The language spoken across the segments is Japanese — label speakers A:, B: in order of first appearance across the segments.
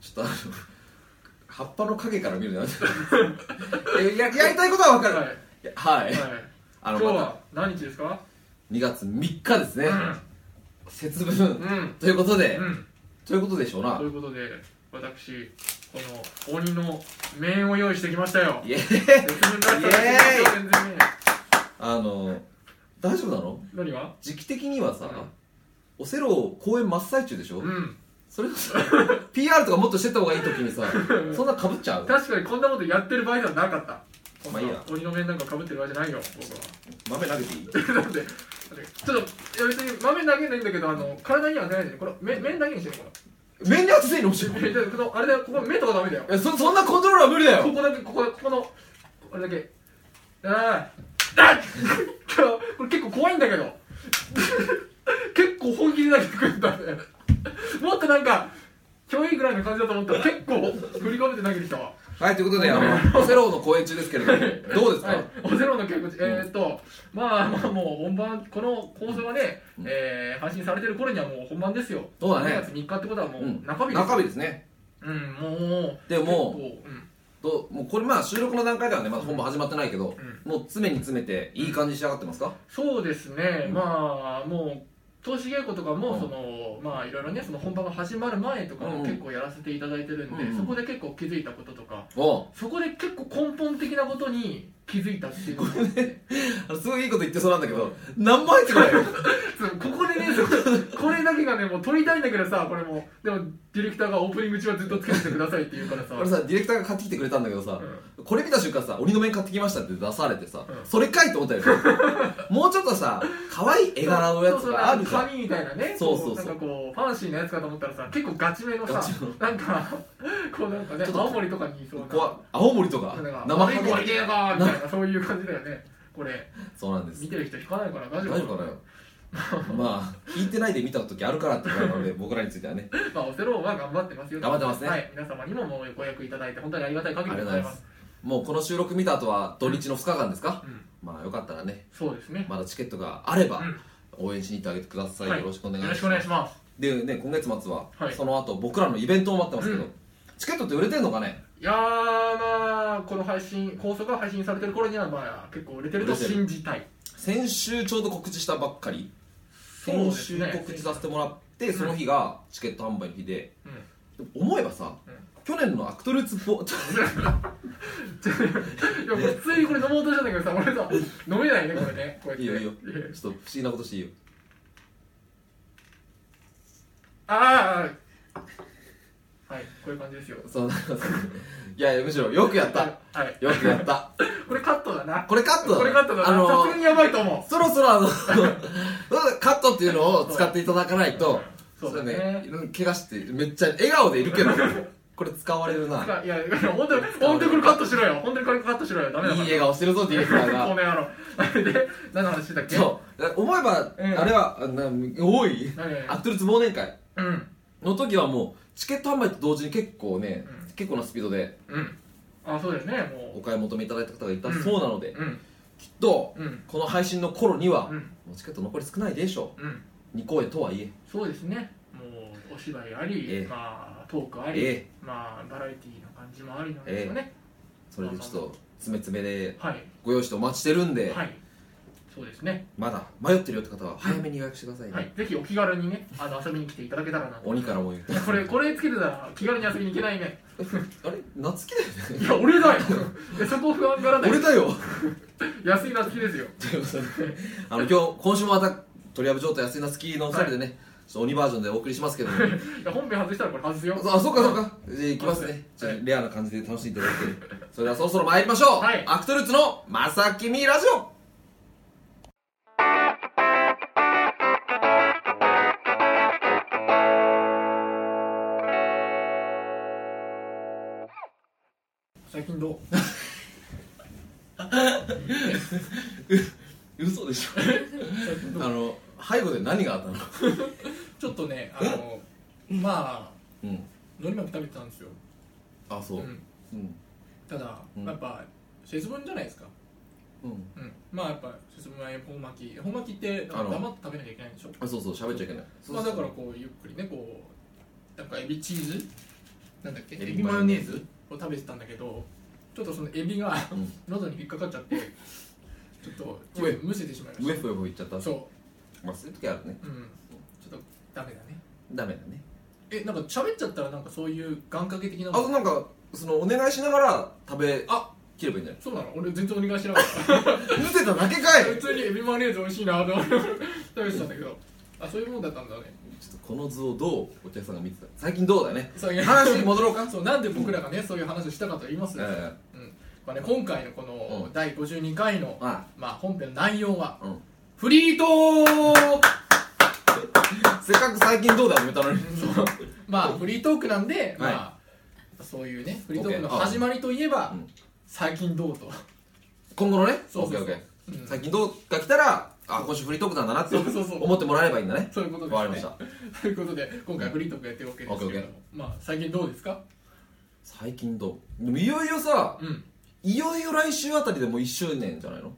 A: ちょっとあの葉っぱの影から見るのやめて いややりたいことは分かる
B: はい
A: いやはい、
B: はい
A: あの
B: 今日
A: また
B: は何日ですか
A: 2月3日ですね、
B: う
A: 節分、
B: んうん
A: ということで、
B: うん
A: ということでしょうな
B: ということで私この鬼の面を用意してきましたよ
A: いえ
B: 別分だったら
A: イエー
B: 全然ね
A: あの大丈夫なの
B: 何は
A: 時期的にはさ、
B: うん
A: オセロ公演真っ最中でしょ、
B: うん
A: それこそ PR とかもっとしてった方がいい時にさそんなかぶっちゃう
B: 確かにこんなことやってる場合じゃなかった
A: まあいいや
B: 鬼の面なんか被ってる場合じゃないよ僕
A: 豆
B: は
A: 投げていい
B: なんで、ちょっと、いや別に豆投げないんだけど、あの体には当てないでね、これ、目面だけにしてるか
A: 面に当て ていいのもしろ
B: ら。えじゃあこのあれだよ、ここ目とかダメだよ。
A: えそそんなコントロールは無理だ
B: こ
A: よ
B: こだけ、ここ、ここの、あれだけ。あーあっ これ結構怖いんだけど。結構本気で投げてくるんだね。もっとなんか、今日いいぐらいの感じだと思ったら、結構振り込めて投げてきたわ。
A: はいということであのオセロの公演中ですけれどもどうですか、
B: はい、オセロの曲、えー、っと、まあ、まあ、もう本番、この放送がね、えー配信されてる頃にはもう本番ですよ。
A: そうだね
B: 2月3日ってことはもう
A: うん
B: 中日です。
A: 中日ですね
B: うん、もう。
A: でも
B: 結構うん
A: どうもうこれまあ収録の段階ではねまだ本番始まってないけど、もう詰めに詰めていい感じに仕上がってますか、
B: そうですね、
A: うん
B: まあ、もう、投資稽古とか
A: う
B: も、
A: ん
B: その、まあ、いろいろね、その本番が始まる前とか
A: うん
B: も結構やらせていただいてるんで、
A: うんうん
B: そこで結構気づいたこととか、
A: おう
B: そこで結構根本的なことに気づいたっていうのがあって。
A: あのすごいいいこと言ってそうなんだけど何も入ってこないよ
B: そうここでねそうこれだけがねもう撮りたいんだけどさこれもでもディレクターがオープニング中はずっとつけててくださいって言うからさ
A: 俺さディレクターが買ってきてくれたんだけどさ、これ見た瞬間さ「鬼の面買ってきました」って出されてさ、
B: うん
A: それかいと思ったよ もうちょっとさ可愛い絵柄のやつがあるじゃん
B: 紙みたいなね
A: そうそうそう
B: こなんかこうファンシーなやつかと思ったらさ結構ガチめの
A: ガ
B: さ
A: チめ
B: なんかこうなんかね
A: ちょっと
B: 青森とかにいそうな
A: ここは青森とか
B: なんか
A: 生
B: 悪い
A: ハ
B: 子はいねえ
A: ゲ
B: のかみたいなそういう感じだよねこれ
A: そうなんです
B: 見てる人引かないから大
A: 大
B: 丈
A: 丈
B: 夫
A: 夫 かなよまあ聞いてないで見た時あるからってことなので僕らについてはね
B: まあオセロは頑張ってますよ
A: 頑張ってますね
B: はい皆様にももうご予約いただいて本当にありがたい限りでございます
A: もうこの収録見た後は土日の2日間ですか、
B: うん
A: まあよかったらね
B: そうですね
A: まだチケットがあれば
B: うん
A: 応援しに行ってあげてください、
B: はい
A: よろしくお願い
B: よ
A: し
B: ろ
A: ま
B: し
A: す
B: くお願いします
A: でね今月末は、
B: はい
A: その後僕らのイベントを待ってますけど、
B: うん
A: チケットって売れてんのかね
B: いやーまあこの配信放送が配信されてる頃にはまあ結構売れてると信じたい
A: 先週ちょうど告知したばっかり
B: そうで
A: 先
B: す
A: 週
B: ね
A: 告知させてもらって、
B: ん
A: その日がチケット販売の日で
B: うん
A: でも思えばさ、
B: うん
A: 去年のアクトルーツ4 ちょ
B: いやこれ普通にこれ飲もうとしたんだけどさ俺さ飲めないねこれねこうやって
A: いいよいいよ
B: や
A: ちょっと不思議なことしていいよ
B: ああはいこういう感じですよ
A: そうなんかいやいやむしろよくやった
B: はい
A: よくやった
B: これカットだな
A: これカットだ
B: これカットだ
A: あ
B: なさ
A: の
B: すがにやばいと思
A: そろそろあの カットっていうのを使っていただかないうと
B: そうだね
A: そうだ怪我してめっちゃ笑顔でいる けどこれ使われるない
B: やいや本当に本当にこれカットしろよ本当にこれカットしろよダメだ
A: いい
B: から
A: 笑顔してるぞディレクターが
B: ご めんあのあれで何の話してたっけ
A: そうだ思えば
B: うん
A: あれはあな多い
B: 何
A: アクトルツ忘年会
B: うん
A: の時はもうチケット販売と同時に結構ね
B: う
A: 結構なスピードで
B: うんあそうですね
A: お
B: も
A: 買い求めいただいた方がいたそうなので
B: ううん
A: きっと
B: うん
A: この配信の頃には
B: うん
A: もうチケット残り少ないでしょ
B: うん、
A: う2公演とはいえ
B: そうですねもうお芝居あり、
A: ええ
B: まあ、トークあり、
A: ええ
B: まあ、バラエティーの感じもありなんですよね、
A: それでちょっと詰め詰めで
B: はい
A: ご用意してお待ちしてるんで
B: はいそうですね、
A: まだ迷ってるよって方は早めに予約してください
B: は
A: ね
B: い、ぜひお気軽にねあの遊びに来ていただけたらなと
A: 鬼からも言うと
B: これこれつけてたら気軽に遊びに行けないね
A: あれ夏希だよ
B: いや俺だよいやそこ不安がらな
A: ね
B: い
A: 俺だよ
B: 安いな好きですよ
A: ということであの今日今週もまた鳥羽部長と安井夏希のお二人でね、ちょっと鬼バージョンでお送りしますけども
B: いや本編外したらこれ外すよ
A: あそうかそうかじゃあいきます
B: はい
A: ねちょっとレアな感じで楽しんでいただいてそれではそろそろ参りましょう、
B: はい
A: アクトルーツの「まさきみラジオ」
B: 最近どう
A: 嘘でしょ
B: 最近どう
A: あの背後で何があったの
B: ちょっとねあのまあ
A: うん
B: 海苔巻き食べてたんですよ、
A: あそうう、
B: ん、
A: うん
B: ただ、
A: うん
B: やっぱ節分じゃないですか
A: うん、
B: うん、まあやっぱ節分は恵方巻き恵方巻きってだか
A: あ
B: ら
A: の
B: 黙って食べなきゃいけないんでしょ
A: あそうそう喋っちゃいけない
B: まあだからこうゆっくりねこうなんかエビチーズなんだっけ
A: エ
B: エ
A: ビ
B: ビ
A: マ
B: マ
A: ヨ
B: ヨ
A: ネ
B: ネ
A: ー
B: ー
A: ズ
B: ズを食べてたんだけどちょっとそのエビが
A: うん
B: 喉に引っかかっちゃってちょっと
A: うえ
B: むせてしまいま
A: ウ
B: し
A: ェフウェフ言っちゃった
B: たそ
A: まあそういう時あるね
B: ううんちょっとダメだね
A: ダメだね
B: えなんか喋っちゃったらなんかそういう願掛け的な
A: あ
B: の
A: となんかそのお願いしながら食べあ切ればいいんじゃ
B: そうなの俺全然お願いしなかった
A: ないむせただけ かい
B: 普通にエビマヨネーズ美味しいなと思って食べてたんだけどあそういうもんだったんだね
A: ちょっとこの図をどうお客さんが見てた最近どうだね
B: そういう
A: 話に戻ろうか
B: そうなんで僕らがねそういう話をしたかと言いますと、
A: え
B: うんまあね、今回のこの
A: うん
B: 第52回の、
A: えま
B: まあ、本編の内容は
A: あうん
B: フリートーク
A: せっかく最近どうだって言ったのに
B: そう まあフリートークなんで、まあ、そういうねフリートークの始まりといえば、
A: うん
B: 最近どうと、
A: 今後のね
B: そうそうそう
A: オッケーオッケ
B: う
A: ー
B: ん
A: 最近どうが来たらあ今週フリートークなんだなって
B: そうそうそう
A: 思ってもらえればいいんだね
B: そういうことですね
A: わかりました
B: ということで今回フリートークやってるわけですけれども、まあ、最近どうですか
A: 最近どうでもいよいよさ
B: うん
A: いよいよ来週あたりでもう1周年じゃないの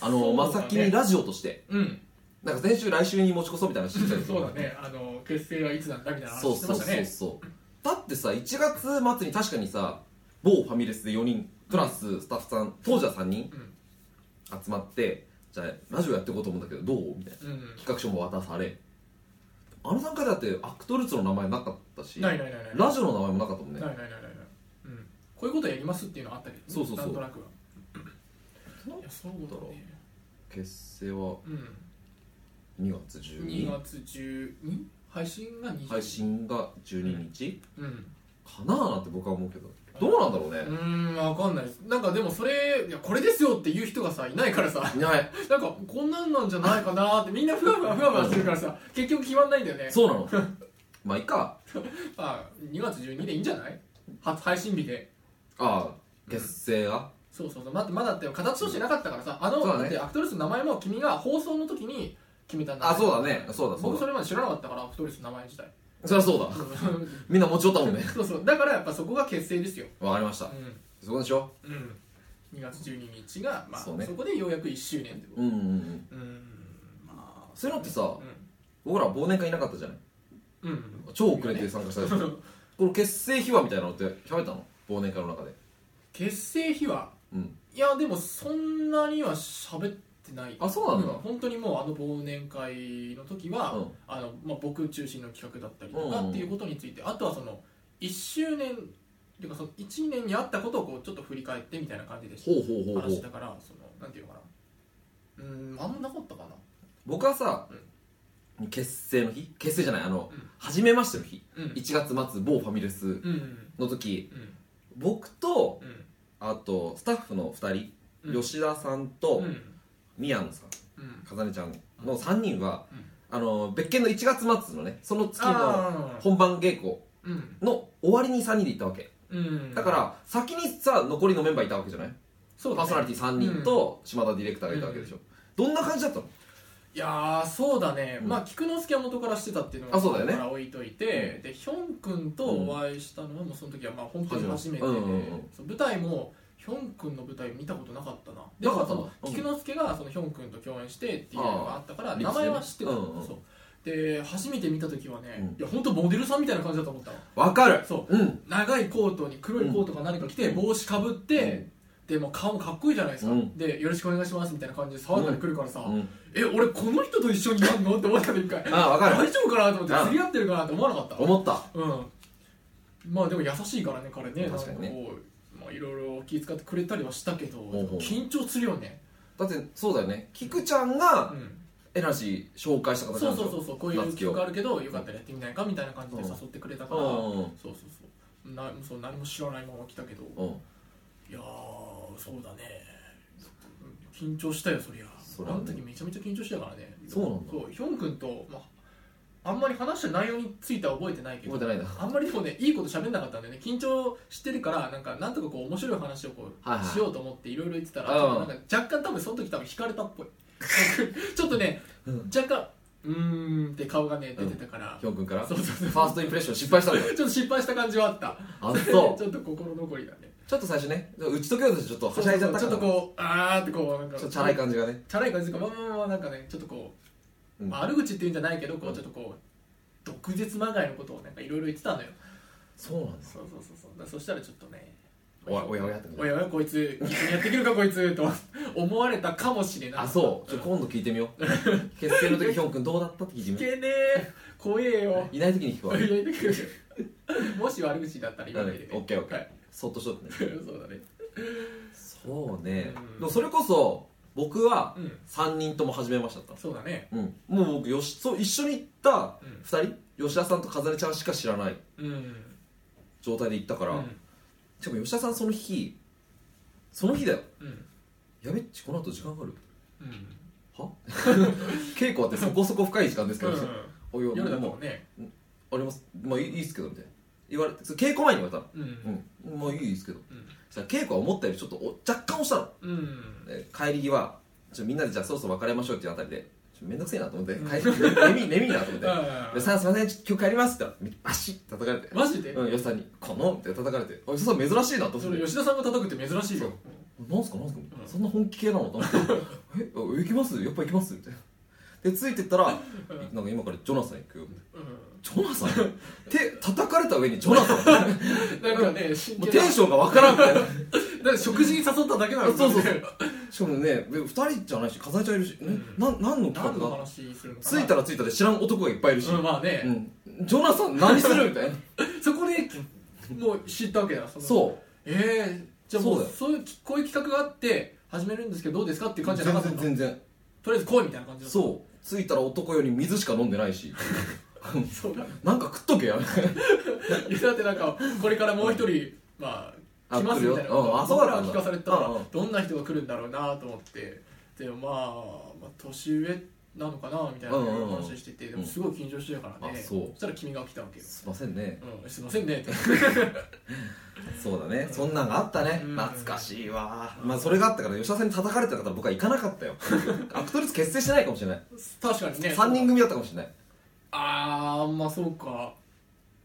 A: あの、
B: そうだ
A: ま
B: ね
A: さきにラジオとして
B: うん
A: なんか先週来週に持ち越そうみたいな話してたけど
B: そうだねあの結成はいつなんだみたいな
A: そ
B: 話
A: う
B: して
A: そう
B: ました
A: そう
B: ね
A: そうだってさ1月末に確かにさ某ファミレスで4人プラススタッフさん当時は3人
B: うん
A: 集まってじゃあラジオやっていこうと思うんだけどどうみたいな
B: うん
A: 企画書も渡されあの段階だってアクトルーツの名前なかったし
B: ないないないない
A: ラジオの名前もなかったもんね
B: ないないないないないうんこういうことやりますっていうのはあったり
A: そうそうそう
B: なんとなくは
A: なん
B: いやそうだね
A: 結成は
B: うん
A: 2月12
B: 2
A: 日
B: 月12配信が20
A: 配信が12日
B: うん
A: かなーなんて僕は思うけどどうなんだろう
B: う
A: ね
B: ーんわかんないですなんかでもそれいやこれですよっていう人がさいないからさ
A: いない
B: なんかこんなんなんじゃないかなーってみんなふわふわふわふわしてるからさ結局決まんないんだよね
A: そうなのまあいいか
B: あ2月12でいいんじゃない初配信日で
A: ああ結成が
B: そうそうそうまだまだって形としてなかったからさあの
A: そうだね
B: だってアクトレスの名前も君が放送の時に決めたんだ
A: あそうだねそうだそう
B: 僕そ
A: だ
B: れまで知らなかったからアクトレスの名前自体
A: そりゃそう だみんな持ち寄ったもんね
B: そうそうだからやっぱそこが結成ですよ
A: わかりました
B: う
A: そこでしょ
B: ん、うん、2月12日が、まあ
A: そ
B: そう
A: ね
B: こでようやく1周年ってこ
A: うんうんうん
B: とうんま
A: そういうのってさ
B: あ
A: 僕ら忘年会いなかったじゃない
B: うん、うん、
A: 超遅れて参加したやつ この結成秘話みたいなのって喋ったの忘年会の中で
B: 結成日は
A: うん
B: いやでもそんなには喋ってない
A: あそうなんだ
B: 本当にもうあの忘年会の時は、
A: うん
B: あのまあ、僕中心の企画だったりとか
A: うんうん
B: っていうことについて、あとはその1周年っていうかその1年にあったことをこうちょっと振り返ってみたいな感じでし
A: ほうほうほうほ
B: 話し
A: う
B: たからそのなんていうのかなうーんあんまなかったかな
A: 僕はさ結成の日結成じゃないあの
B: うん
A: 初めましての日
B: うんうん
A: 1月末某ファミレス
B: うん
A: の時
B: うん
A: 僕と
B: うん
A: あとスタッフの2
B: う
A: 人
B: ん
A: 吉田さん
B: う
A: と
B: ん
A: 宮野さん
B: うん
A: かざねちゃんの3人は
B: うん
A: あの別件の1月末のねその月の
B: あー
A: 本番稽古
B: うん
A: の終わりに3人で行ったわけ
B: うん
A: だから先にさ残りのメンバーいたわけじゃない
B: そう
A: パ
B: だ
A: ー
B: ね
A: ソナリティ3人と島田ディレクターがいたわけでしょどんな感じだったの
B: いやーそうだね、
A: うん
B: まあ菊之助は元からしてたっていうの
A: あそうだよね
B: から置いといて、でヒョン君とお会いしたのはもうその時はまあ本当に初めてで、
A: うんうんうん
B: そう舞台もヒョン君の舞台見たことなかったな
A: な
B: だ
A: か
B: か
A: った
B: ら
A: な
B: その
A: うん
B: 菊之助がそのヒョン君と共演してっていうのがあったから
A: あー
B: 名前は知ってた、
A: うんうん
B: そうで初めて見た時はね、
A: うん
B: いや本当モデルさんみたいな感じだと思ったわ
A: わかる
B: そう
A: うん
B: 長いコートに黒いコートか何か着て、
A: うん
B: 帽子かぶって、でもう顔もかっこいいじゃないですか、
A: うん
B: でよろしくお願いしますみたいな感じで触ったり来るからさ、
A: うん
B: え俺この人と一緒にやんのって思ったの一回
A: あわか
B: 大
A: る
B: 丈夫かなと思って
A: うん
B: 釣り合ってるかなって思わなかった
A: 思った
B: うんまあでも優しいからね彼ね
A: 確かにね
B: なんこう、まあ、いろいろ気遣ってくれたりはしたけど
A: ほうほう
B: 緊張するよね、
A: だってそうだよね菊ちゃん
B: う
A: が
B: ん、
A: えなし紹介した
B: そ
A: 形
B: う
A: なんでし
B: そう
A: ょ
B: そうそうこういう
A: 夏希
B: 企
A: を
B: 画あるけどよかったらやってみないかみたいな感じで
A: うん
B: 誘ってくれたか
A: う
B: ら、
A: ん
B: そうそうそうなそう何も知らないまま来たけど
A: うんうん
B: いやーそうだね緊張したよそりゃ
A: そりゃ
B: あ
A: ね
B: の時めちゃめちゃ緊張してたからね
A: そうなんだ
B: そうヒョン君と、まあ、あんまり話した内容については覚えてないけ
A: 覚えて
B: ど
A: ないな
B: あんまりでもねいいこと喋んなかったんだよね緊張してるからなんかなんとかこう面白い話をこう、
A: はいはい
B: しようと思っていろいろ言ってたら
A: うん
B: なんか若干多分その時多分惹かれたっぽい ちょっとね
A: うん
B: 若干うーんって顔がね出てたから、
A: ヒョン君から
B: そうそうそう
A: ファーストインプレッション失敗したんだよ
B: ちょっと失敗した感じはあった
A: あそ
B: ちょっと心残りだね
A: うちょっと最初ね打ち解けようとしてちょっとはしゃいじゃったか
B: ちょっ
A: ら
B: と
A: ちょ
B: こうあーってこうなんか
A: っとチャラい感じがね
B: チャラい感じとかまあまあまあなんかねちょっとこう、
A: うん
B: まあ悪口っていうんじゃないけどこ
A: う
B: うんちょっとこう毒舌まがいのことをなんかいろいろ言ってたのよ
A: そうなんです
B: そうそうそうそうだからそしたらちょっとね
A: おやおやおやって
B: おやおやこいつ一緒にやってくるかこいつと 思われたかもしれない
A: あそうちょ今度聞いてみよう結成の時ヒョン君どうだったって聞いて
B: 聞
A: みよ
B: けねえ怖えよ
A: ういない時に聞くわ
B: いやいやもし悪口だったら言わないでね
A: オッケーオッケー
B: はい
A: そっとしとってね
B: そうだね
A: そうね
B: う
A: で
B: ん
A: もそれこそ僕は
B: うん
A: 3人とも始めましたと
B: そうだね
A: うんもう僕よしそう一緒に行った
B: うん
A: 2人吉田さんと風音ちゃんしか知らない
B: うん
A: 状態で行ったか
B: う
A: ら、
B: ん
A: しかも吉田さんその日その日だよ
B: うん
A: やべっちこの後時間ある
B: うん
A: は 稽古ってそこそこ深い時間ですけど、およ
B: 夜だ
A: も
B: もんね
A: うありますまあいいいいっすけどみたいな言われてそう稽古前に言われたの
B: うん
A: うんまあいいですけど
B: うん
A: そしたら稽古は思ったよりちょっとお若干押したの
B: うん
A: えー帰り際ちょみんなでじゃあそろそろ別れましょうっていうあたりでちょめんどくせえなと思って
B: うん
A: 帰って眠い眠いなと思って
B: あ
A: 「さんすいませんちょっと今日帰ります」って言ったらバシッて叩かれて
B: マジで
A: うんよさんに「この」って叩かれて「おいよさん珍しいな」と
B: そ
A: 思って
B: れ吉田さんが叩くって珍しいよ
A: なんすかなんすか
B: ん
A: そんな本気系なのと思って「え行きますやっぱ行きます」みたいなでついてったら
B: うん
A: 「なんか今からジョナサン行くよ」
B: う
A: ジョナサン手叩かれた上にジョナサン
B: んなんかね真
A: もう
B: 剣
A: テンションがわからんみたいな
B: だって食事に誘っただけなのに
A: そうそうそうしかもね2人じゃないし風ちゃんいるし、ね
B: うん
A: な何の
B: 何
A: 企
B: の
A: 画だ
B: 話するのか
A: 着
B: ない
A: たら着いたで知らん男がいっぱいいるし、
B: うんまあ
A: う
B: ね
A: んジョナサン何するみ たいな
B: そこでもう知ったわけだその
A: そ
B: ええじゃあも
A: そう
B: う
A: だよ
B: そういうきこういう企画があって始めるんですけどどうですかっていうう感じじゃなかった
A: 全然
B: の
A: 全然
B: とりあえず来いみたいな感じだった
A: そう着いたら男より水しか飲んでない し
B: そうだ
A: なんか食っとけや
B: いや だってなんかこれからもう一人まあ
A: あ
B: 来ますみたいなこと
A: 来るようんあ
B: を
A: そう
B: 僕
A: だった
B: らは
A: んだ
B: 聞かされてたから
A: うんうん
B: どんな人が来るんだろうなと思ってでもまあ、まあ、年上なのかなみたいな
A: うんうんうん
B: 話しててでもすごい緊張してたからね
A: あそう
B: したら君が来たわけよ
A: すいませんね
B: うん、すいませんねって
A: そうだねそんなんがあったね
B: うん
A: 懐かしいわまあそれがあったから吉田さんに叩かれてたから僕は行かなか ったよアクトリス結成してないかもしれない
B: 確かにね
A: 3人組だったかもしれない
B: ああまあそうか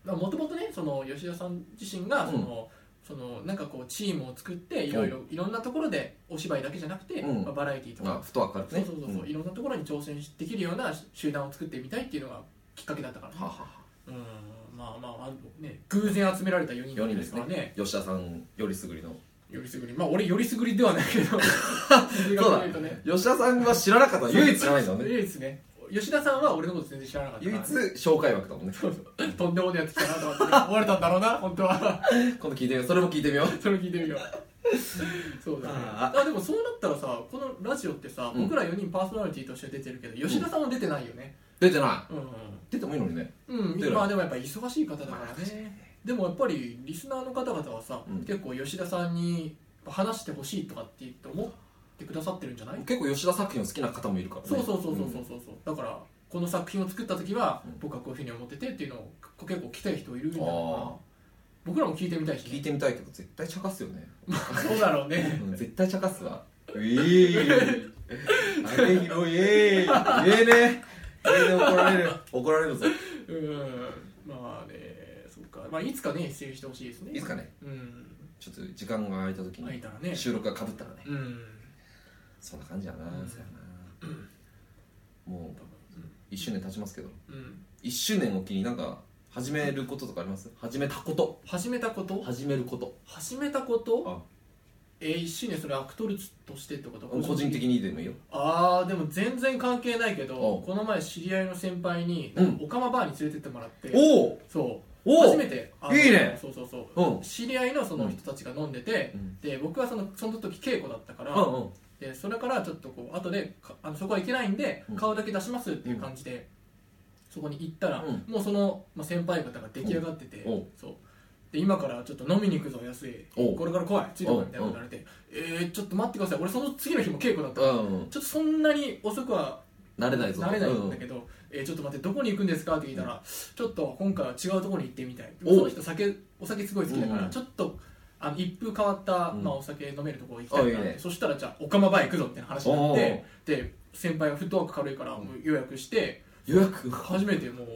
B: もともとねその吉田さん自身がその、そのなんかこうチームを作っていろいろいろんなところでお芝居だけじゃなくて、
A: うん
B: まあ、バラエティーと
A: まあ
B: か、
A: ふと明るく
B: そう
A: ね
B: そうそうそう、
A: ん
B: いろんなところに挑戦できるような集団を作ってみたいっていうのがきっかけだったからね、
A: はあはあは
B: うんまあまああのね偶然集められた4
A: 4
B: 人
A: 人
B: で
A: ですす
B: からね
A: ね吉田さんよりすぐりの
B: よりすぐりまあ俺よりすぐりではない け
A: そ
B: ど
A: うだ
B: 言と ね
A: 吉田さんは知らなかった唯一知らないんだもんね
B: 唯一ね吉田さんは俺のこと全然知らなかったか
A: 唯
B: ら
A: 一紹介枠だもんね
B: とんでもねえやつ来たなと思 って思われたんだろうな本当は
A: 今度聞いてみようそれも聞いてみよう
B: それ聞いてみようそうだね
A: あ
B: あでもそうなったらさこのラジオってさ、
A: うん
B: 僕ら4人パーソナリティとして出てるけど吉田さんは出てないよね
A: 出てな
B: うん、
A: い出てもいいのにね
B: うん
A: 出ない
B: まあでもやっぱ忙しい方だからねでもやっぱりリスナーの方々はさ、
A: うん
B: 結構吉田さんに話してほしいとかって言って思ってくださってるんじゃない、
A: 結構吉田作品を好きな方もいるからね
B: そうそうそうそうそうそうそうだからこの作品を作った時は、
A: うん
B: 僕はこういうふうに思っててっていうのをこ結構来たい人いるんじゃないか
A: あ
B: な
A: ー
B: 僕らも聞いてみたいしね、
A: 聞いてみたいけど絶対茶化すよね
B: そうだろう ね。
A: うん絶対茶化す わうえーあれ広いえー言えねえ言えねえ怒られる怒られるぞ
B: うん。まあね、そっか。まあいつかね、出演してほしいですね。
A: いいですかね
B: うん。
A: ちょっと時間が空いた時
B: まあい
A: に
B: たらね。
A: 収録がかぶったらね
B: うん。
A: そんな感じやな
B: うん
A: そうやなもう1周年経ちますけど
B: うん。
A: 1周年を機になんか始めることとかあります始めたこと
B: 始めたこと
A: 始めること
B: 始めたこと
A: あ
B: えー、一周年それアクトルツとしてってこと
A: 個人的にでもいいよ
B: ああでも全然関係ないけど
A: お
B: この前知り合いの先輩に
A: うん
B: オカマバーに連れてってもらって
A: おお
B: そう
A: おう
B: 初めてあの
A: いいね
B: そうそうそう
A: うん
B: 知り合いのその人たちが飲んでて
A: うん
B: で僕はそのその時稽古だったから
A: うんうん
B: でそれからちょっとこう後でかあのそこは行けないんで
A: うん
B: 顔だけ出しますっていう感じで、そこに行ったら、
A: うん
B: もうその、まあ、先輩方が出来上がってて、
A: おう
B: そうで今からちょっと飲みに行くぞ安い
A: おう
B: これから来いついてこいみたいなこと言われてえー、ちょっと待ってください俺その次の日も稽古だったから、
A: うんうん
B: ちょっとそんなに遅くは
A: 慣れないぞ
B: なれないんだけど、えーちょっと待ってどこに行くんですかって聞いたら、ちょっと今回は違うところに行ってみたいそ
A: お
B: の人酒お酒すごい好きだから、
A: うん
B: ちょっとあの一風変わった、
A: うん
B: まあ、お酒飲めるところ行きた
A: あ
B: いなっ
A: いい
B: て
A: ね
B: そしたらじゃあおかまバー行くぞみたいな話になっ
A: お
B: てで先輩がフットワーク軽いから
A: うん
B: もう予約して、
A: うん予約
B: 初めてもう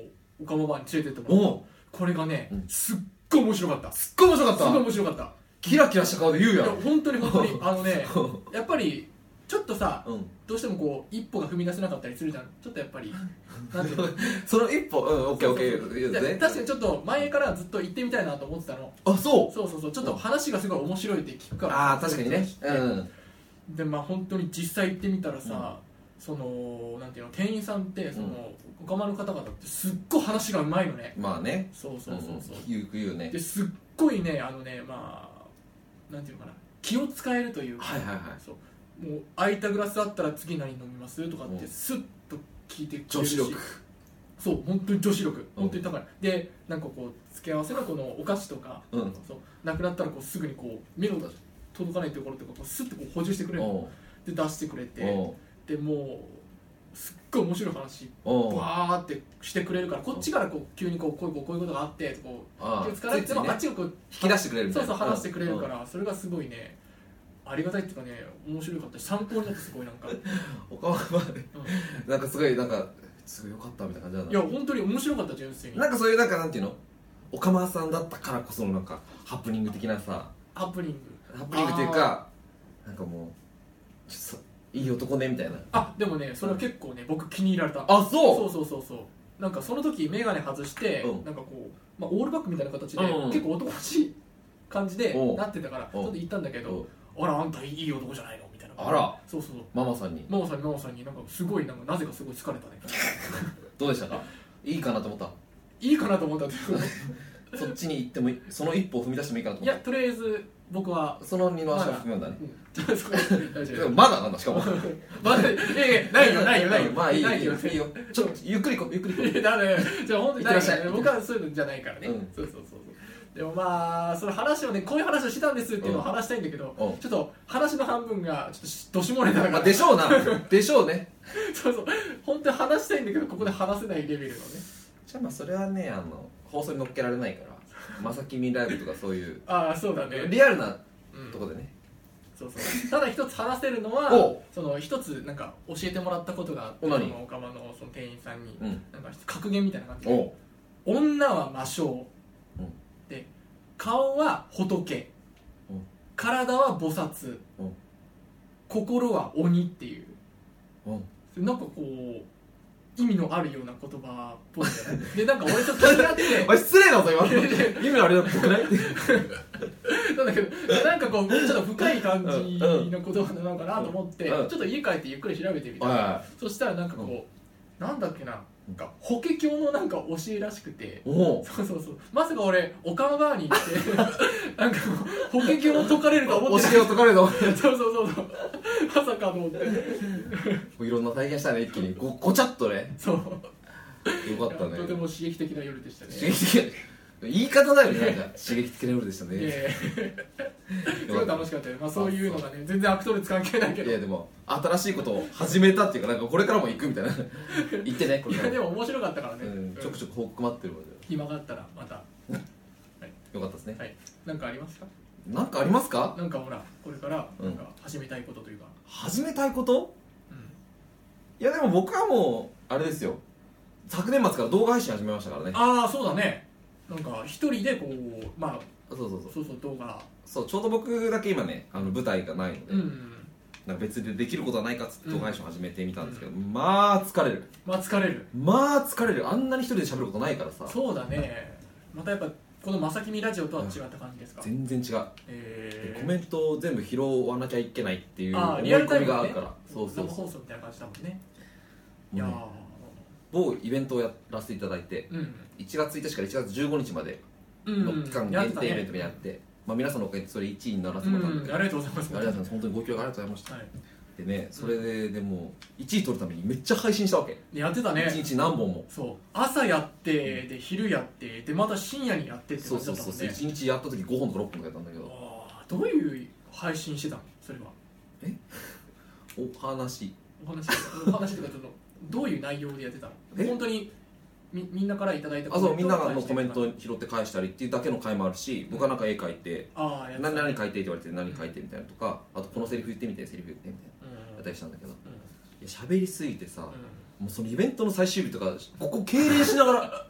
B: おかまバーに連れてってもらった
A: おう
B: これがね、
A: うん
B: すっごい面白かったす
A: すっごい面白か
B: っごい
A: っ
B: 面白かった
A: たキラキラした顔で言う
B: い
A: や
B: や
A: ん
B: 本当に本当にあのねやっぱりちょっとさ
A: うん
B: どうしてもこう一歩が踏み出せなかったりするじゃんちょっとやっぱ りなんていうの
A: その一歩うんオッケーオッケーいいよ
B: で
A: ね
B: 確かにちょっと前からずっと行ってみたいなと思ってたの
A: あそう
B: そうそうそうちょっと話がすごい面白いって聞くから
A: ああ確かにねうん
B: でまあ本当に実際行ってみたらさ、そのなんていうの店員さんってその、お釜の方々ってすっごい話がうまいのね
A: まあね
B: そうそうそうそう、
A: ん言う言うね
B: ですっごいねあのねまあなんていうのかな気を使えるというか、
A: はいはいはい
B: そうもう空いたグラスあったら次何飲みますとかっ
A: う
B: て
A: ん
B: スッと聞いてくれ
A: 女
B: る
A: 子
B: し
A: 力
B: そう本当に女子力本当に高い、でなんかこう付け合わせのこのお菓子とか
A: うん
B: そうなくなったらこうすぐにこう目の届かないところとかこうスッとこう補充してくれる
A: おう
B: で出してくれて
A: おう
B: でもうすっごい面白い話
A: おう
B: バーってしてくれるからこっちからこう急にこうこういうこうこういうことがあってとかこう
A: ああ
B: 気を使わなくても
A: ついつい
B: あ
A: ね
B: っちがこう
A: 引き出してくれるみた
B: そ
A: いうな
B: そう話してくれるか
A: うん
B: らそれがすごいねありがたいっていうかね面白かったし参考になってすご いなんかい
A: おかわまでなんかすごいなんかすごい良かったみたいな感じなんだ
B: や本当に面白かった純粋に
A: なんかそういうなんかなんていうのおかまさんだったからこそのなんかハプニング的なさ
B: ハプニング
A: ハプニングっていうかなんかもうちょっといい男ねみたいな
B: あでもねそれは結構ね僕気に入られた
A: あそう
B: そうそうそうそうなんかその時眼鏡外して、
A: うん
B: なんかこう、まあ、オールバックみたいな形で、
A: うん
B: 結構男らしい感じで
A: おう
B: なってたからち
A: おう
B: ょっと言ったんだけどあらあんたいい男じゃないのみたいな
A: あら
B: そうそうそう
A: ママさんに
B: 真央さんに真央さんになんかすごいなんかなぜかすごい疲れたね
A: どうでしたかいいかなと思った
B: いいかなと思ったんだけど
A: そっちに行ってもいいその一歩を踏み出してもいいかなと
B: い
A: 思
B: や
A: っ
B: とりあえず僕は
A: たその二の足を踏むんだね
B: うん大丈夫大
A: で
B: 丈
A: も
B: 夫
A: まだなんだしかも
B: まだいやいやないよないよないよ
A: まあいい
B: ないよ
A: いいよちょっとゆっくり行こうゆっくり行こ
B: いやだからじゃあ本当
A: い
B: に
A: ってらっしゃい
B: ないよ僕はそういうのじゃないからね
A: うん
B: そうそうそうそうでもまあその話をねこういう話をしたんですっていうのを
A: うん
B: 話したいんだけど
A: うん
B: ちょっと話の半分がちょっとしどしもれた か
A: う、まあ、
B: ら
A: でしょうなでしょうね
B: そうそう本当に話したいんだけどここで話せないレベルのね
A: じゃあまあそれはねあの放送に乗っけられないからまさきみライブとかそういう
B: ああそうだね
A: リアルな
B: うん
A: とこでね
B: そうそうただ一つ話せるのは
A: おう
B: その一つなんか教えてもらったことがあって
A: お
B: そ
A: 何
B: のおかまのその店員さんに
A: うん
B: なんか格言みたいな感じで
A: おう
B: 女は魔性、
A: うん
B: で顔は仏、
A: うん
B: 体は菩薩、
A: うん
B: 心は鬼っていう
A: おう
B: なんかこう意味のあるような言葉っぽいじゃないでなんか俺ちょっと気になって
A: お前失礼なこと言われ
B: いやい
A: て意味あれだったない
B: なんだけどなんかこうちょっと深い感じの言葉なのかなと思って、
A: うんうん
B: ちょっと家帰ってゆっくり調べてみた、
A: は
B: そしたらなんかこう、なんだっけななんか法華経のなんか教えらしくて、
A: い おう
B: そうそうそうまさか俺オカマバーに行ってなんか保険金を解かれるとは思ってな
A: 教えを解かれるの
B: いそうそうそうそうまさかと思って
A: いろんな体験したね一気にごごちゃっとね
B: そう
A: よかったね
B: とても刺激的な夜でしたね
A: 刺激的言い方だよねなんか刺激的な夜でしたね、
B: ええすごい楽しかったよ、まあ、そういうのがね全然アクトルズ関係ないけ
A: い
B: ど
A: やでも新しいことを始めたっていうかなんかこれからも行くみたいな行ってねこ
B: い
A: れから
B: や
A: も
B: でも面白かったからね、
A: うん、ちょくち
B: ょく
A: ょく報告待ってるので
B: 暇があったらまた
A: よかったですね、
B: はいなんかありますか
A: なんかありますか
B: なんかほらこれからなんか始めたいことというか、
A: 始めたいこと
B: うん
A: いやでも僕はもうあれですよ昨年末から動画配信始めましたからね
B: ああそうだねなんか一人でこうまあ
A: そうそうそう
B: そうそう動画
A: そうちょうど僕だけ今ねあの舞台がないので、
B: うん
A: なんか別でできることはないかっつって動画配信を始めてみたんですけど、まあ疲れる
B: まあ疲れる
A: まあ疲れるあんなに一人で喋ることないからさ
B: そうだねまたやっぱこの「まさきみラジオ」とは違った感じですか、
A: 全然違う
B: えー
A: コメントを全部拾わなきゃいけないっていう
B: あ
A: 思
B: ー
A: い
B: リアルタ
A: 込
B: イ
A: み
B: ムで
A: があ
B: ね
A: るからそうそう
B: 生
A: そう
B: 放送みたいな感じだもんね、いや
A: もうね
B: ー
A: 某イベントをやらせていただいて
B: うん
A: 1月1日から1月15日まで
B: うん
A: の期間限定イベントでやって、まあ、皆さんのおかげでそれ1位にならせ
B: う
A: ても
B: ん
A: らったん
B: う
A: で、あ
B: んあ
A: り
B: り
A: が
B: がとうございます
A: とうございます本当にご協力ありがとうございまし
B: はい
A: たでねそれででも1位取るためにめっちゃ配信したわけ、
B: でやってた
A: 一1
B: ね
A: 日何本も
B: そう朝やってで昼やってでまた深夜にやってって
A: そ
B: 感
A: う
B: じ
A: そ
B: だっ
A: う
B: た
A: そう
B: も
A: んそう
B: ね
A: 1日やった時5本とか6本とかやったんだけど
B: あーどういう配信してたのそれは
A: お話
B: お話お話とかちょっとどういう内容でやってたの
A: え
B: 本当にみみんなからいただいた
A: あ
B: コメ
A: そう
B: ントを
A: みんなの
B: 返して
A: コメントを拾って返したりっていうだけの回もあるし僕はなんか絵描いて
B: ああやってた
A: 何何書いてって言われて何書いてみたいなのとかあとこのセリフ言ってみてセリフ言ってみたいなやったりしたんだけどい
B: うんうん
A: や喋りすぎてさ
B: う
A: もうそのイベントの最終日とかここ敬礼しながら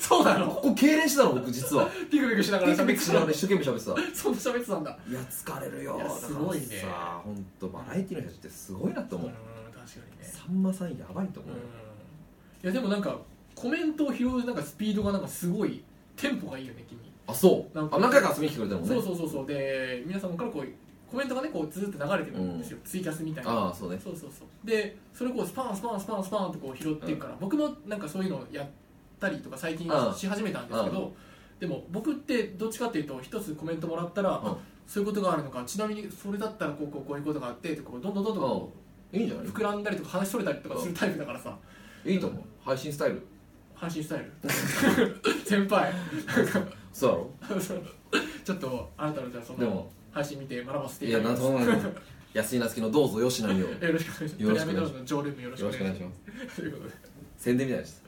B: そうなの
A: ここ痙攣してたの僕実は
B: ピクピクしながら
A: ピク
B: 喋
A: ピ
B: っ
A: ク
B: て
A: したながら一生懸命喋ってた
B: そんな喋ってたんだ
A: いや疲れるよ
B: いやすごいね
A: だからさほんとバラエティの人たちってすごいなと
B: うん
A: 思う、
B: 確かにね
A: さんまさんやばいと
B: う
A: 思
B: ん
A: う、
B: いやでもなんかコメントを拾うなんかスピードがなんかすごいテンポがいいよね君
A: あそう
B: なんか
A: あ何回か遊びに来てくれたもんね
B: そうそうそうそうで皆様からこうコメントがねこうずーっと流れてくるんですよ、ツイキャスみたいな
A: ああそうね
B: そうそうそうでそれをこうスパンスパンスパンスパンとこう拾っていくから、僕もなんかそういうのをやったりとか最近
A: うん
B: し始めたんですけど、でも僕ってどっちかっていうと一つコメントもらったら、
A: ん
B: あそういうことがあるのかちなみにそれだったらこうこうこういうことがあってとかこうどんどんどんどんこ
A: いいんじゃ
B: う
A: ない
B: 膨らんだりとか話しとれたりとかするタイプだからさ
A: いいと思う配信スタイル
B: 配信スタイル 先輩
A: そうだろ
B: ちょっとあなたのじゃあそ
A: で
B: の
A: も
B: 配信見て学ばせて
A: い
B: いた
A: や
B: だき
A: なん
B: ます
A: ともない安井なつきのどうぞよしなみをよ
B: よろしくお願いします
A: よろしくお願いします
B: プレハブドームの常連もよろしくお
A: ろしくお
B: 願
A: 願いし
B: いしま
A: ます
B: すということです
A: 宣伝みたいです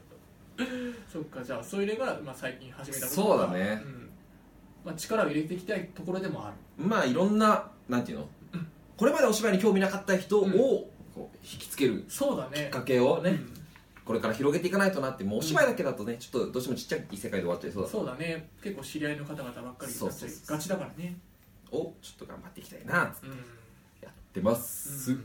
B: そっかじゃあそれが、まあ、最近始めたこと
A: そうだね
B: んまあ、力を入れていきたいところでもある
A: まあいろんななんていうのこれまでお芝居に興味なかった人をこう引きつける
B: そうだ
A: き
B: ね
A: っかけを
B: う
A: ね
B: ん
A: これから広げていかないとなってもうお芝居だけだとねちょっとどうしてもちっちゃい世界で終わっちゃいそうだ
B: そうだね結構知り合いの方々ばっかりになっちゃいがちだからね
A: をちょっと頑張っていきたいな
B: うん、
A: やってます、
B: うん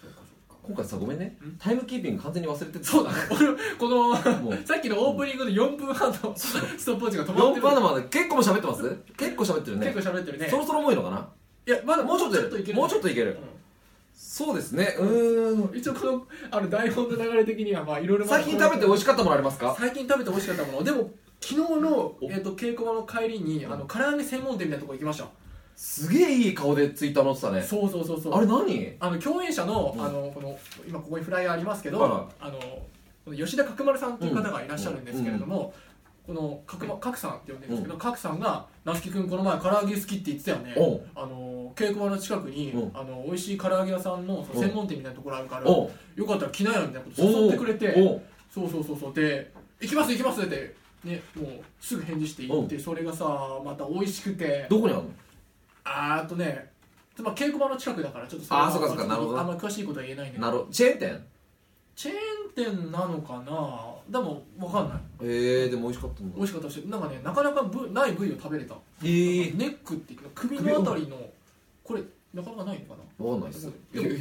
B: そうかそうか
A: 今回さごめんね
B: うん
A: タイムキーピング完全に忘れ てた
B: そうだね 俺この
A: もう
B: さっきのオープニングで4分半のストップウォッチが止ま
A: 4
B: ってる
A: パーのまで結構も喋ってます結構喋ってるね
B: 結構喋ってるね
A: そろそろもういいのかない
B: やまだ
A: もうちょっと
B: いける
A: もうちょっといけるそうですねうーん
B: うん一応このあの台本の流れ的にはまあいろいろまだ
A: 最近食べて美味しかったものありますか
B: 最近食べて美味しかったものでも昨日の
A: お、
B: えー、と稽古場の帰りにあの唐揚げ専門店みたいなとこ行きました
A: すげえいい顔でツイッター載ってたね
B: そうそうそうそう
A: あれ何
B: あの共演者の,、
A: うん
B: あのこの今ここにフライヤーありますけど、
A: はいは
B: あのこの吉田角丸さんという方がいらっしゃるんですけれども、この角丸角さんって呼んでるんですけど、角さんが「夏樹君この前唐揚げ好きって言ってたよね」
A: おう
B: あの稽古場の近くに、
A: うん
B: あの美味しい唐揚げ屋さんのその
A: うん
B: 専門店みたいなところあるから、
A: おう
B: よかったら来なよみたいなこと
A: おう
B: 誘ってくれて。
A: おう
B: そうそうそうそうで「行きます行きます」ってねもうすぐ返事して行ってそれがさまた美味しくて
A: どこにあるの
B: あーっとねまあ稽古場の近くだからちょっとれは
A: あーそうかそうか
B: まあちょっと
A: な
B: あ
A: る
B: んまり詳しいことは言えないんだけ
A: な
B: ど
A: るほどチェーン店
B: チェーン店なのかなでも分かんない
A: えー、でも美味しかったんだ
B: 美味しかったしなんかねなかなかぶない部位を食べれた、
A: えー、
B: ネックっていうか首のあたりのこれなかなかないのかな
A: わかんないっす
B: でもなん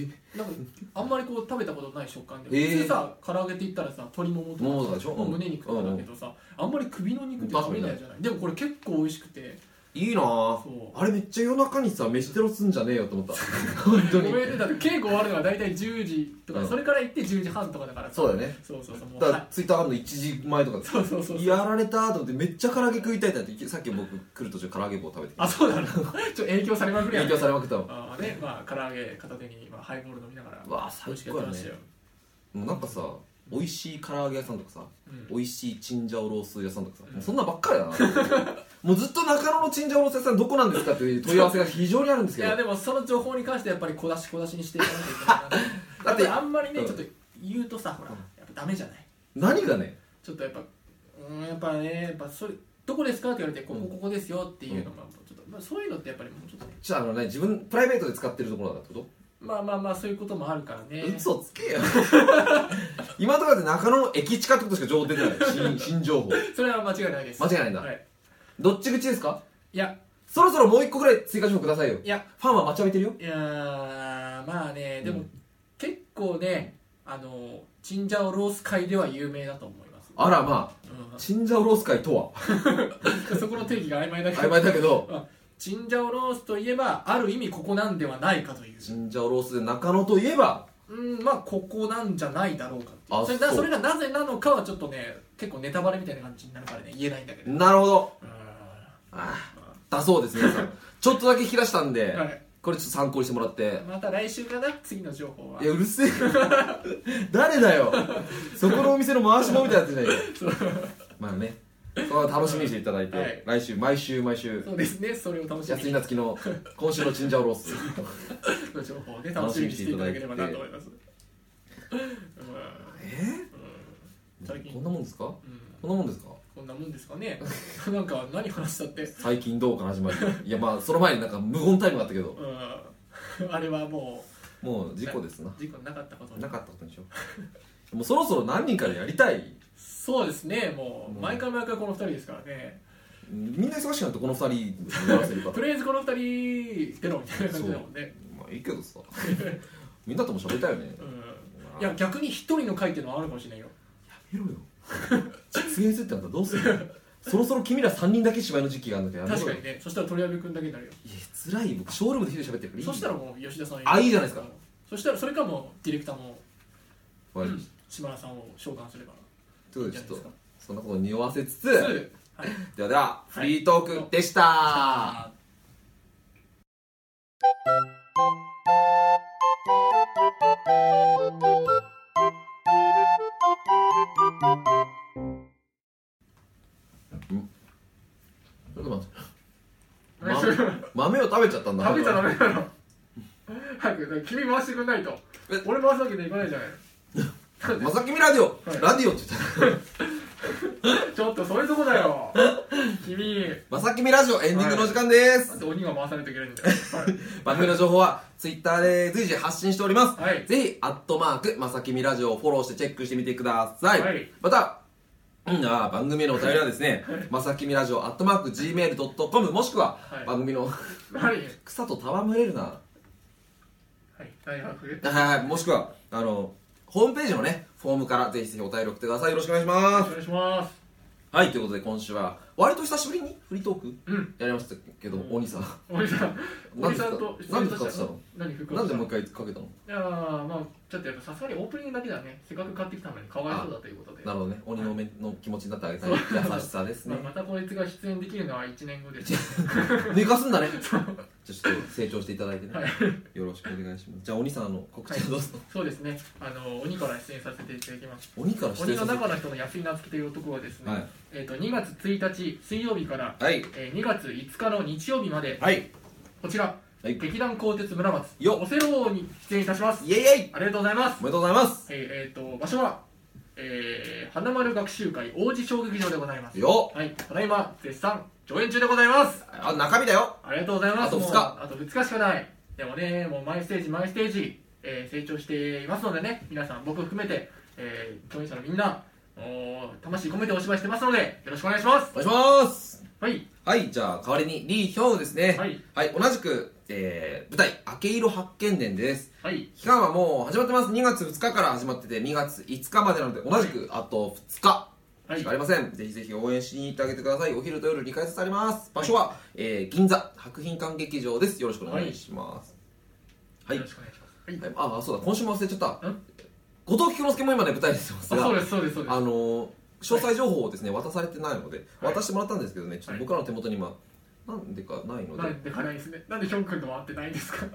B: かあんまりこう食べたことない食感で、
A: えー
B: 普通さ唐揚げって言ったらさ鶏ももとかさ
A: ももでしょうん
B: 胸肉とかだけどさ、あんまり首の肉って食べないじゃないでもこれ結構美味しくて
A: いいなあ
B: そう
A: あれめっちゃ夜中にさ飯テロすんじゃねえよと思った本当
B: ご
A: に
B: めんねだって稽古終わるのが大体10時とか、
A: うん
B: それから行って10時半とかだからさ
A: そうだよね
B: そうそうそうもう
A: だか
B: は
A: ら
B: い
A: ツイッターあるの1時前とか
B: そうそうそう
A: やられたーと思ってめっちゃ唐揚げ食いたいってなってさっき僕来る途中唐揚げ棒食べてきた
B: あそうだなちょっと影響されまくりや
A: 影響されまくったわ
B: あーねまあ唐揚げ片手に、まあ、ハイボール飲みながら
A: うわあ
B: 美
A: 最
B: 味しくや
A: 高だ
B: ってま
A: ね
B: したよ、
A: もうなんかさ美味しい唐揚げ屋さんとかさ
B: うん、
A: 美味しいチンジャオロース屋さんとかさ、
B: うん
A: もうそんなんばっかりだなもうずっと中野のチンジャオロース屋さんどこなんですかっていう問い合わせが非常にあるんです
B: い
A: けど
B: やでもその情報に関してはやっぱり小出し小出しにしていかなきゃいけないなと
A: だって
B: やぱりあんまりね
A: うん
B: ちょっと言うとさほら
A: う
B: や
A: ん
B: っぱダメじゃない
A: 何がね
B: ちょっとやっぱうーんやっぱねやっぱそれどこですかって言われてここ
A: うん
B: ここですよっていうのもちょっと、まあ、そういうのってやっぱりもうちょっとね
A: じゃああのね自分プライベートで使ってるところだってこ
B: まあまあまあそういうこともあるからね
A: と、嘘つけよ 今とかで中野の駅近ってことしか情報出て ない新新情報
B: それは間違いないです
A: 間違いないんだ、
B: はい、
A: どっち口ですか
B: いや
A: そろそろもう一個ぐらい追加情報くださいよ
B: いや
A: ファンは待ちわびてるよ
B: いやーまあねでも、
A: うん
B: 結構ねあのチンジャオロース界では有名だと思います、
A: あらまあチンジャオロース界とは
B: うん、そこの定義が曖昧だけど
A: 曖昧だけど
B: チンジャオロースといえばある意味ここなんではないかという
A: チンジャオロースで中野といえば
B: うんまあここなんじゃないだろうかっていう
A: あ
B: それだ
A: そう
B: それがなぜなのかはちょっとね結構ネタバレみたいな感じになるからね言えないんだけど
A: なるほど
B: うん
A: ああだそうです皆 さんちょっとだけ引き出したんで、
B: はい
A: これちょっと参考にしてもらって
B: また来週かな次の情報はい
A: やうるせえ誰だよそこのお店の回し者みたいなやつじゃないよまあねそこは楽しみにしていただいて、
B: はい
A: 来週毎週毎週
B: そうですねそれを楽しみ
A: 安井
B: に
A: 夏樹の今週のチンジャオロース
B: の情報をね楽しみにしていただければなと思いますうん
A: え
B: 最近
A: こんなもんですか
B: うん
A: こんなもんですか
B: こんなもんですかね なんか何話したって
A: 最近どうから始まりいやまあその前になんか無言タイムがあったけど
B: うん あれはも
A: もう事故ですな
B: う事故なかったことに
A: なかったことにしようもうそろそろ何人かでやりたい
B: そうですねも
A: う
B: うん毎回毎回この2人ですからね
A: みんな忙しくなってこの2人やらせ るか
B: と
A: ら
B: りあえずこの2人でのみたいな感じだもんね
A: まあいいけどさみんなとも喋りたいよね
B: うんいや逆に1人の回っていうのはあるかもしれないよ
A: 見ろよ実現するってあんたどうするのそろそろ君ら3人だけ芝居の時期があるんだけどやめろ
B: 確か
A: よ
B: にねそしたら鳥谷部君だけになるよ
A: いや辛いよ僕ショールームで一人で喋ってるからいい
B: そしたらもう吉田さん
A: あいいじゃないですか
B: そしたらそれかもうディレクターも
A: わかりま
B: うん
A: した
B: 島田さんを召喚すれば
A: ということでちょっとそんなことを匂わせつつ
B: すぐはい
A: ではではフリートークでした、ちょっと待ってま
B: 食
A: 豆を食べちゃったんだ
B: べちゃダメだろ早くだから君回してくんないと
A: え
B: 俺回すわけにはいかないじゃない
A: まさきみラディオ、
B: はい
A: ラディオって言った
B: ちょっとそういうとこだよ君
A: まさきみラジオエンディングの時間です、
B: なんで鬼が回さないといけないんだよ
A: 番組の情報はツイッターで随時発信しております、
B: はい
A: ぜひ「アットマークまさきみラジオ」をフォローしてチェックしてみてください、
B: はい
A: またうんあー番組へのお便りはですね、まさきみラジオ、アットマーク、gmail.com、もしくは、
B: はい
A: 番組の、
B: はいはい
A: 草と戯れるな、
B: 大学
A: はいはい、もしくは、あの、ホームページのね、フォームからぜひぜひお便り送ってください。よろしくお願いし
B: お
A: ます。
B: 願いします
A: はい、ということで今週は、割と久しぶりにフリートーク
B: うん
A: やりましたけど、
B: うん
A: お兄さん、
B: 鬼さん
A: なん
B: 鬼
A: です
B: さ
A: か
B: んと
A: なんで使ってたの
B: 何復
A: なんでもう
B: 活したの
A: 一回かけたの
B: いやーまあちょっとやっぱさすがにオープニングだけだねせっかく買ってきたのにかわいそうだということで
A: なるほどね、鬼の目の気持ちになってあげたい
B: そう
A: 優しさですね
B: まあ。またこいつが出演できるのは1年後です
A: 寝かすんだねじゃあちょっと成長していただいてね、
B: はい
A: よろしくお願いしますじゃあ鬼さんあの告知をどうぞ、
B: そうですね、あの鬼から出演させていただきます。
A: 鬼から指
B: 鬼
A: 定さ
B: の
A: せて
B: 中の人の安井夏樹という男はですね、
A: はい
B: えっ、と2月1日水曜日から、
A: はい
B: えー、2月5日の日曜日まで
A: はい
B: こちら、
A: はい
B: 劇団鋼鉄村松
A: よ
B: オセロ王に出演いたします。
A: イエイイエイ
B: ありがとうございます。
A: おめでとうございます
B: えっ、えーと場所は、えー、花丸学習会王子小劇場でございます。
A: よ
B: はい、ただいま絶賛上演中でございます。
A: あ中身だよ
B: ありがとうございます。
A: あと二日
B: もうあと2日しかない。でもね、もう毎ステージ毎ステージ、えー成長していますのでね、皆さん、僕含めて、えー、共演者のみんな、おー魂込めてお芝居してますので、よろしくお願いします。
A: お願いします
B: はい、
A: はいじゃあ代わりにリー・ヒョウですね
B: はい、
A: 同じく、えー、舞台「明け色発見伝」です
B: はい、
A: 期間はもう始まってます2月2日から始まってて2月5日までなので同じくあと2日
B: はい
A: しかあ、りませんぜひぜひ応援しに行ってあげてくださいお昼と夜2回ずつあります場所は、えー銀座博品館劇場ですよろしくお願いしますはい、
B: よ
A: は
B: ろしくお願いします。はい
A: い、ああそうだ今週も忘れちゃった
B: ん
A: 後藤菊之助も今ね舞台にしてます
B: あ、そう
A: が
B: です、そうです、そうです。
A: あのー詳細情報をですね渡されてないので
B: はい
A: 渡してもらったんですけどねちょっ
B: はい
A: と僕らの手元に今なんでかないの
B: な
A: で
B: んでかないですね。なんでヒョン君と回ってないんですか。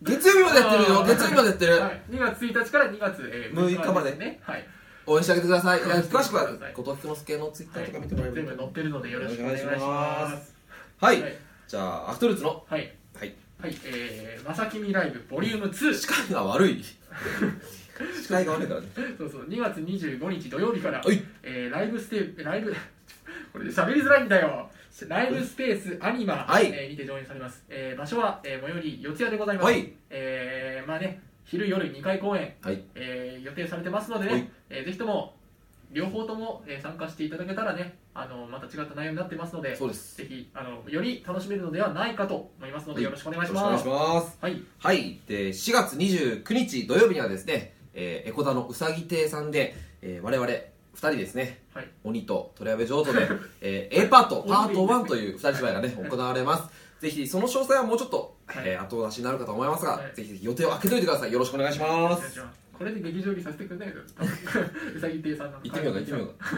A: 月曜日までやってるよ
B: あー
A: 月曜日までやってる
B: はい、2月1日から2月、えー、
A: 6日まで
B: すね。はい。
A: 応援してあげてくださいい
B: はい
A: や詳しくは
B: ください
A: 後藤菊之助のツイッターとか見てもらえ
B: 全
A: ればいい
B: 部
A: と
B: 載っ
A: 思
B: てるのでよろしくお願いし
A: よろしくお願いし
B: ま。
A: ますうはい、
B: はい
A: じゃあアクトルーツの
B: はい。
A: はい
B: はい、えー、まさきみライブボリューム2
A: 視界が悪 い視界が悪いからね
B: そうそう2月25日土曜日から、
A: はい
B: えーライブステーライブ これ喋りづらいんだよライブスペースアニマ、
A: はい
B: えーにて上演されます、えー場所は、えー最寄り四谷でございます、
A: はい
B: えーまあね昼夜2回公演、
A: はい
B: えー予定されてますのでね、
A: はい
B: えーぜひとも両方とも、えー参加していただけたらねあのまた違った内容になってますので
A: そうです
B: ぜひあのより楽しめるのではないかと思いますの
A: は
B: で、
A: い
B: よろしくお願いし
A: よろ
B: ま
A: し
B: す
A: くお願いします
B: はい
A: はいで4月29日土曜日にはですね、えー、エコダのうさぎ亭さんで、えー、我々2人ですね
B: はい
A: 鬼と鳥谷部譲渡 で、えー、A パートパート
B: 鬼
A: 1という2人芝居がね行われますぜひその詳細はもうちょっと、
B: はい
A: えー後出しになるかと思いますが、
B: はい
A: ぜひぜひ予定を空けといてくださいよろしくお願いします
B: これで劇場入りさせてくれないけど うさぎ亭さんなの
A: 行ってみようか行ってみようか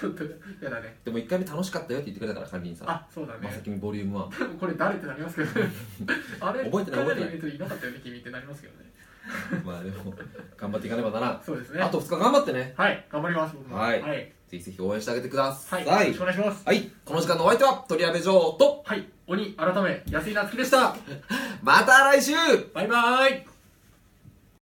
B: ちょっとやだね
A: でも1回目楽しかったよって言ってくれたから管理人さん
B: あそうだ
A: まさ
B: ね
A: きみボリューム1
B: 多分これ誰ってなりますけどねあれ
A: 覚えてない
B: 一回目
A: 覚えてない
B: のイベントいなかったよね君ってなりますけどね
A: まあでも頑張っていかねばならん
B: そうですね
A: あと2日頑張ってね
B: はい頑張ります僕も
A: はい
B: はい、
A: ぜひぜひ応援してあげてくださ。
B: はいいよろしくお願いします
A: はいこの時間のお相手は鳥矢部城と、
B: はい鬼改め安井夏樹でした
A: また来週
B: バイバイ